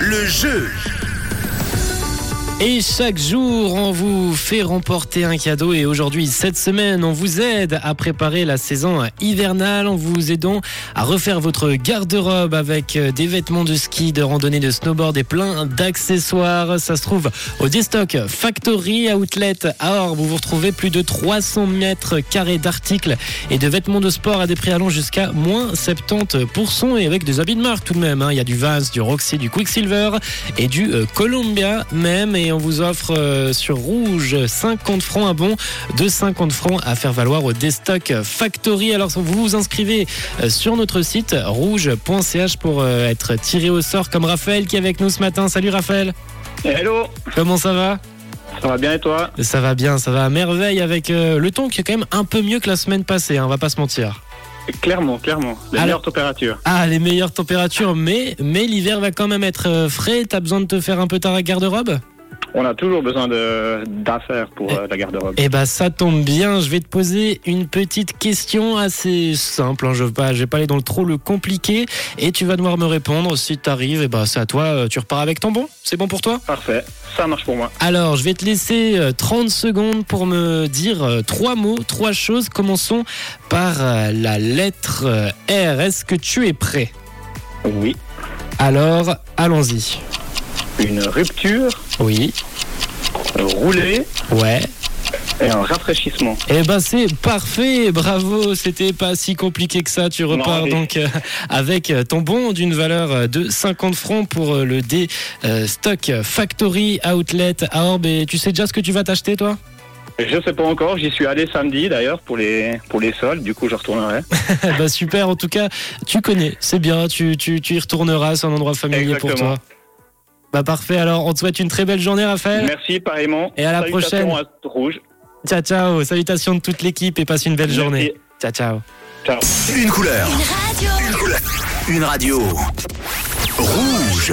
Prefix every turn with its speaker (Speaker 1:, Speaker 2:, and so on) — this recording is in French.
Speaker 1: le jeu.
Speaker 2: Et chaque jour, on vous fait remporter un cadeau. Et aujourd'hui, cette semaine, on vous aide à préparer la saison hivernale en vous aidant à refaire votre garde-robe avec euh, des vêtements de ski, de randonnée, de snowboard et plein d'accessoires. Ça se trouve au Destock Factory à Outlet à Orbe où vous retrouvez plus de 300 mètres carrés d'articles et de vêtements de sport à des prix allant jusqu'à moins 70% et avec des habits de marque tout de même. hein. Il y a du Vans, du Roxy, du Quicksilver et du euh, Columbia même. Et on vous offre euh, sur rouge 50 francs à bon, de 50 francs à faire valoir au Destock Factory. Alors vous vous inscrivez euh, sur notre site rouge.ch pour euh, être tiré au sort comme Raphaël qui est avec nous ce matin. Salut Raphaël,
Speaker 3: Hello,
Speaker 2: comment ça va
Speaker 3: ça va bien et toi
Speaker 2: Ça va bien, ça va à merveille avec euh, le ton qui est quand même un peu mieux que la semaine passée, hein, on va pas se mentir.
Speaker 3: Clairement, clairement. La
Speaker 2: Alors-
Speaker 3: meilleure température.
Speaker 2: Ah, les meilleures températures, mais, mais l'hiver va quand même être euh, frais. T'as besoin de te faire un peu ta garde-robe
Speaker 3: On a toujours besoin de- d'affaires pour euh, la garde-robe.
Speaker 2: Eh ben ça tombe bien, je vais te poser une petite question assez simple, hein, je vais pas, je vais pas aller dans le trop le compliqué et tu vas devoir me répondre si t'arrives, eh ben c'est à toi, euh, tu repars avec ton bon, c'est bon pour toi
Speaker 3: Parfait, ça marche pour moi.
Speaker 2: Alors je vais te laisser euh, 30 secondes pour me dire euh, trois mots, trois choses, commençons par euh, la lettre euh, R, est-ce que tu es prêt
Speaker 3: Oui,
Speaker 2: Alors allons-y.
Speaker 3: une rupture,
Speaker 2: Oui,
Speaker 3: rouler
Speaker 2: ouais.
Speaker 3: et un rafraîchissement.
Speaker 2: Eh ben c'est parfait, bravo, c'était pas si compliqué que ça. Tu repars
Speaker 3: mais-
Speaker 2: donc euh, avec euh, ton bon d'une valeur euh, de 50 francs pour euh, le dé euh, Stock Factory Outlet à Orbe. Et tu sais déjà ce que tu vas t'acheter toi
Speaker 3: Je sais pas encore, j'y suis allé samedi d'ailleurs pour les, pour les soldes, du coup je retournerai.
Speaker 2: Eh ben super, en tout cas tu connais, c'est bien, tu, tu, tu y retourneras, c'est un endroit familier pour
Speaker 3: Exactement.
Speaker 2: toi. Bah parfait, alors on te souhaite une très belle journée Raphaël.
Speaker 3: Merci pareillement.
Speaker 2: Et à la
Speaker 3: Salutations
Speaker 2: prochaine.
Speaker 3: à Rouge.
Speaker 2: Ciao ciao, salutations de toute l'équipe et passe une belle journée.
Speaker 3: Merci.
Speaker 2: Ciao ciao.
Speaker 3: Ciao.
Speaker 1: Une couleur. Une radio. Rouge.